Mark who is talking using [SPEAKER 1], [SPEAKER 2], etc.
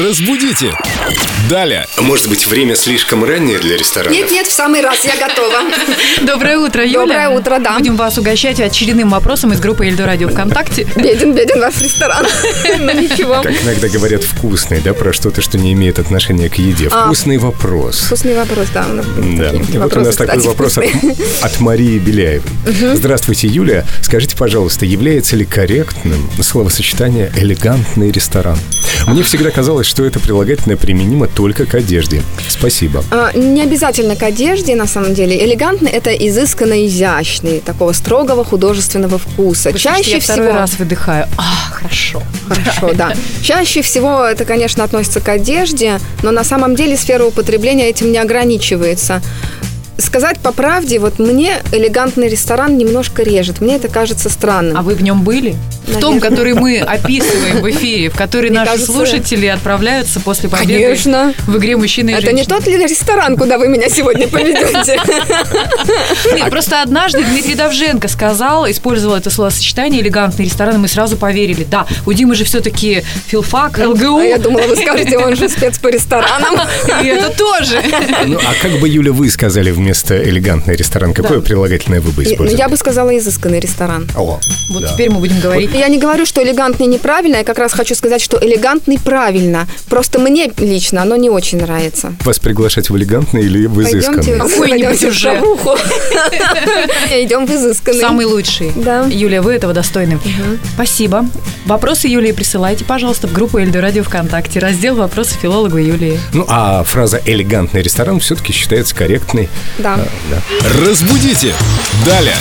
[SPEAKER 1] Разбудите! Далее!
[SPEAKER 2] Может быть, время слишком раннее для ресторана?
[SPEAKER 3] Нет, нет, в самый раз, я готова.
[SPEAKER 4] Доброе утро, Юля.
[SPEAKER 3] Доброе утро, да.
[SPEAKER 4] Будем вас угощать очередным вопросом из группы Эльдо Радио ВКонтакте.
[SPEAKER 3] Беден, беден ваш ресторан. Ну ничего.
[SPEAKER 2] Как иногда говорят вкусный, да, про что-то, что не имеет отношения к еде.
[SPEAKER 3] А.
[SPEAKER 2] Вкусный вопрос.
[SPEAKER 3] Вкусный вопрос, да. у нас были
[SPEAKER 2] Да.
[SPEAKER 3] такие
[SPEAKER 2] И вот у
[SPEAKER 3] вопросы,
[SPEAKER 2] нас такой
[SPEAKER 3] кстати,
[SPEAKER 2] вопрос от,
[SPEAKER 3] вкусные.
[SPEAKER 2] от Марии Беляевой. Здравствуйте, Юля. Скажите, пожалуйста, является ли корректным словосочетание «элегантный ресторан»? Мне всегда казалось, что это прилагательное применимо только к одежде. Спасибо.
[SPEAKER 3] А, Не обязательно к одежде, на самом деле. Элегантный – это изысканно изящный, такого строгого художественного вкуса.
[SPEAKER 4] Слушайте,
[SPEAKER 3] Чаще
[SPEAKER 4] я
[SPEAKER 3] всего...
[SPEAKER 4] второй раз выдыхаю. А, хорошо.
[SPEAKER 3] Хорошо, да. Чаще всего это, конечно, относится к одежде, но на самом деле сфера употребления этим не ограничивается. Сказать по правде, вот мне элегантный ресторан немножко режет. Мне это кажется странным.
[SPEAKER 4] А вы в нем были? В том,
[SPEAKER 3] Наверное.
[SPEAKER 4] который мы описываем в эфире, в который
[SPEAKER 3] Мне
[SPEAKER 4] наши
[SPEAKER 3] кажется-
[SPEAKER 4] слушатели отправляются после победы
[SPEAKER 3] Конечно.
[SPEAKER 4] в игре «Мужчина и
[SPEAKER 3] это не
[SPEAKER 4] женщина».
[SPEAKER 3] тот ли ресторан, куда вы меня сегодня поведете?
[SPEAKER 4] Нет, просто однажды Дмитрий Давженко сказал, использовал это словосочетание «элегантный ресторан», и мы сразу поверили. Да, у Димы же все-таки филфак, ЛГУ.
[SPEAKER 3] А я думала, вы скажете, он же спец по ресторанам.
[SPEAKER 4] И это тоже.
[SPEAKER 2] Ну, а как бы, Юля, вы сказали вместо «элегантный ресторан»? Какое прилагательное вы бы
[SPEAKER 3] И- ну,
[SPEAKER 2] использовали?
[SPEAKER 3] Я бы сказала, изысканный ресторан.
[SPEAKER 2] О,
[SPEAKER 4] Вот
[SPEAKER 2] да.
[SPEAKER 4] теперь мы будем говорить.
[SPEAKER 3] Я не говорю, что элегантный неправильно, я как раз хочу сказать, что элегантный правильно. Просто мне лично оно не очень нравится.
[SPEAKER 2] Вас приглашать в элегантный или в изысканный?
[SPEAKER 4] Какой-нибудь
[SPEAKER 3] пойдемте в
[SPEAKER 4] уже.
[SPEAKER 3] старуху. Идем в изысканный.
[SPEAKER 4] Самый лучший.
[SPEAKER 3] Да.
[SPEAKER 4] Юлия, вы этого достойны. Спасибо. Вопросы Юлии присылайте, пожалуйста, в группу Эльдо Радио ВКонтакте. Раздел «Вопросы филологу Юлии».
[SPEAKER 2] Ну, а фраза «элегантный ресторан» все-таки считается корректной.
[SPEAKER 3] Да.
[SPEAKER 2] Да.
[SPEAKER 1] Разбудите! Далее!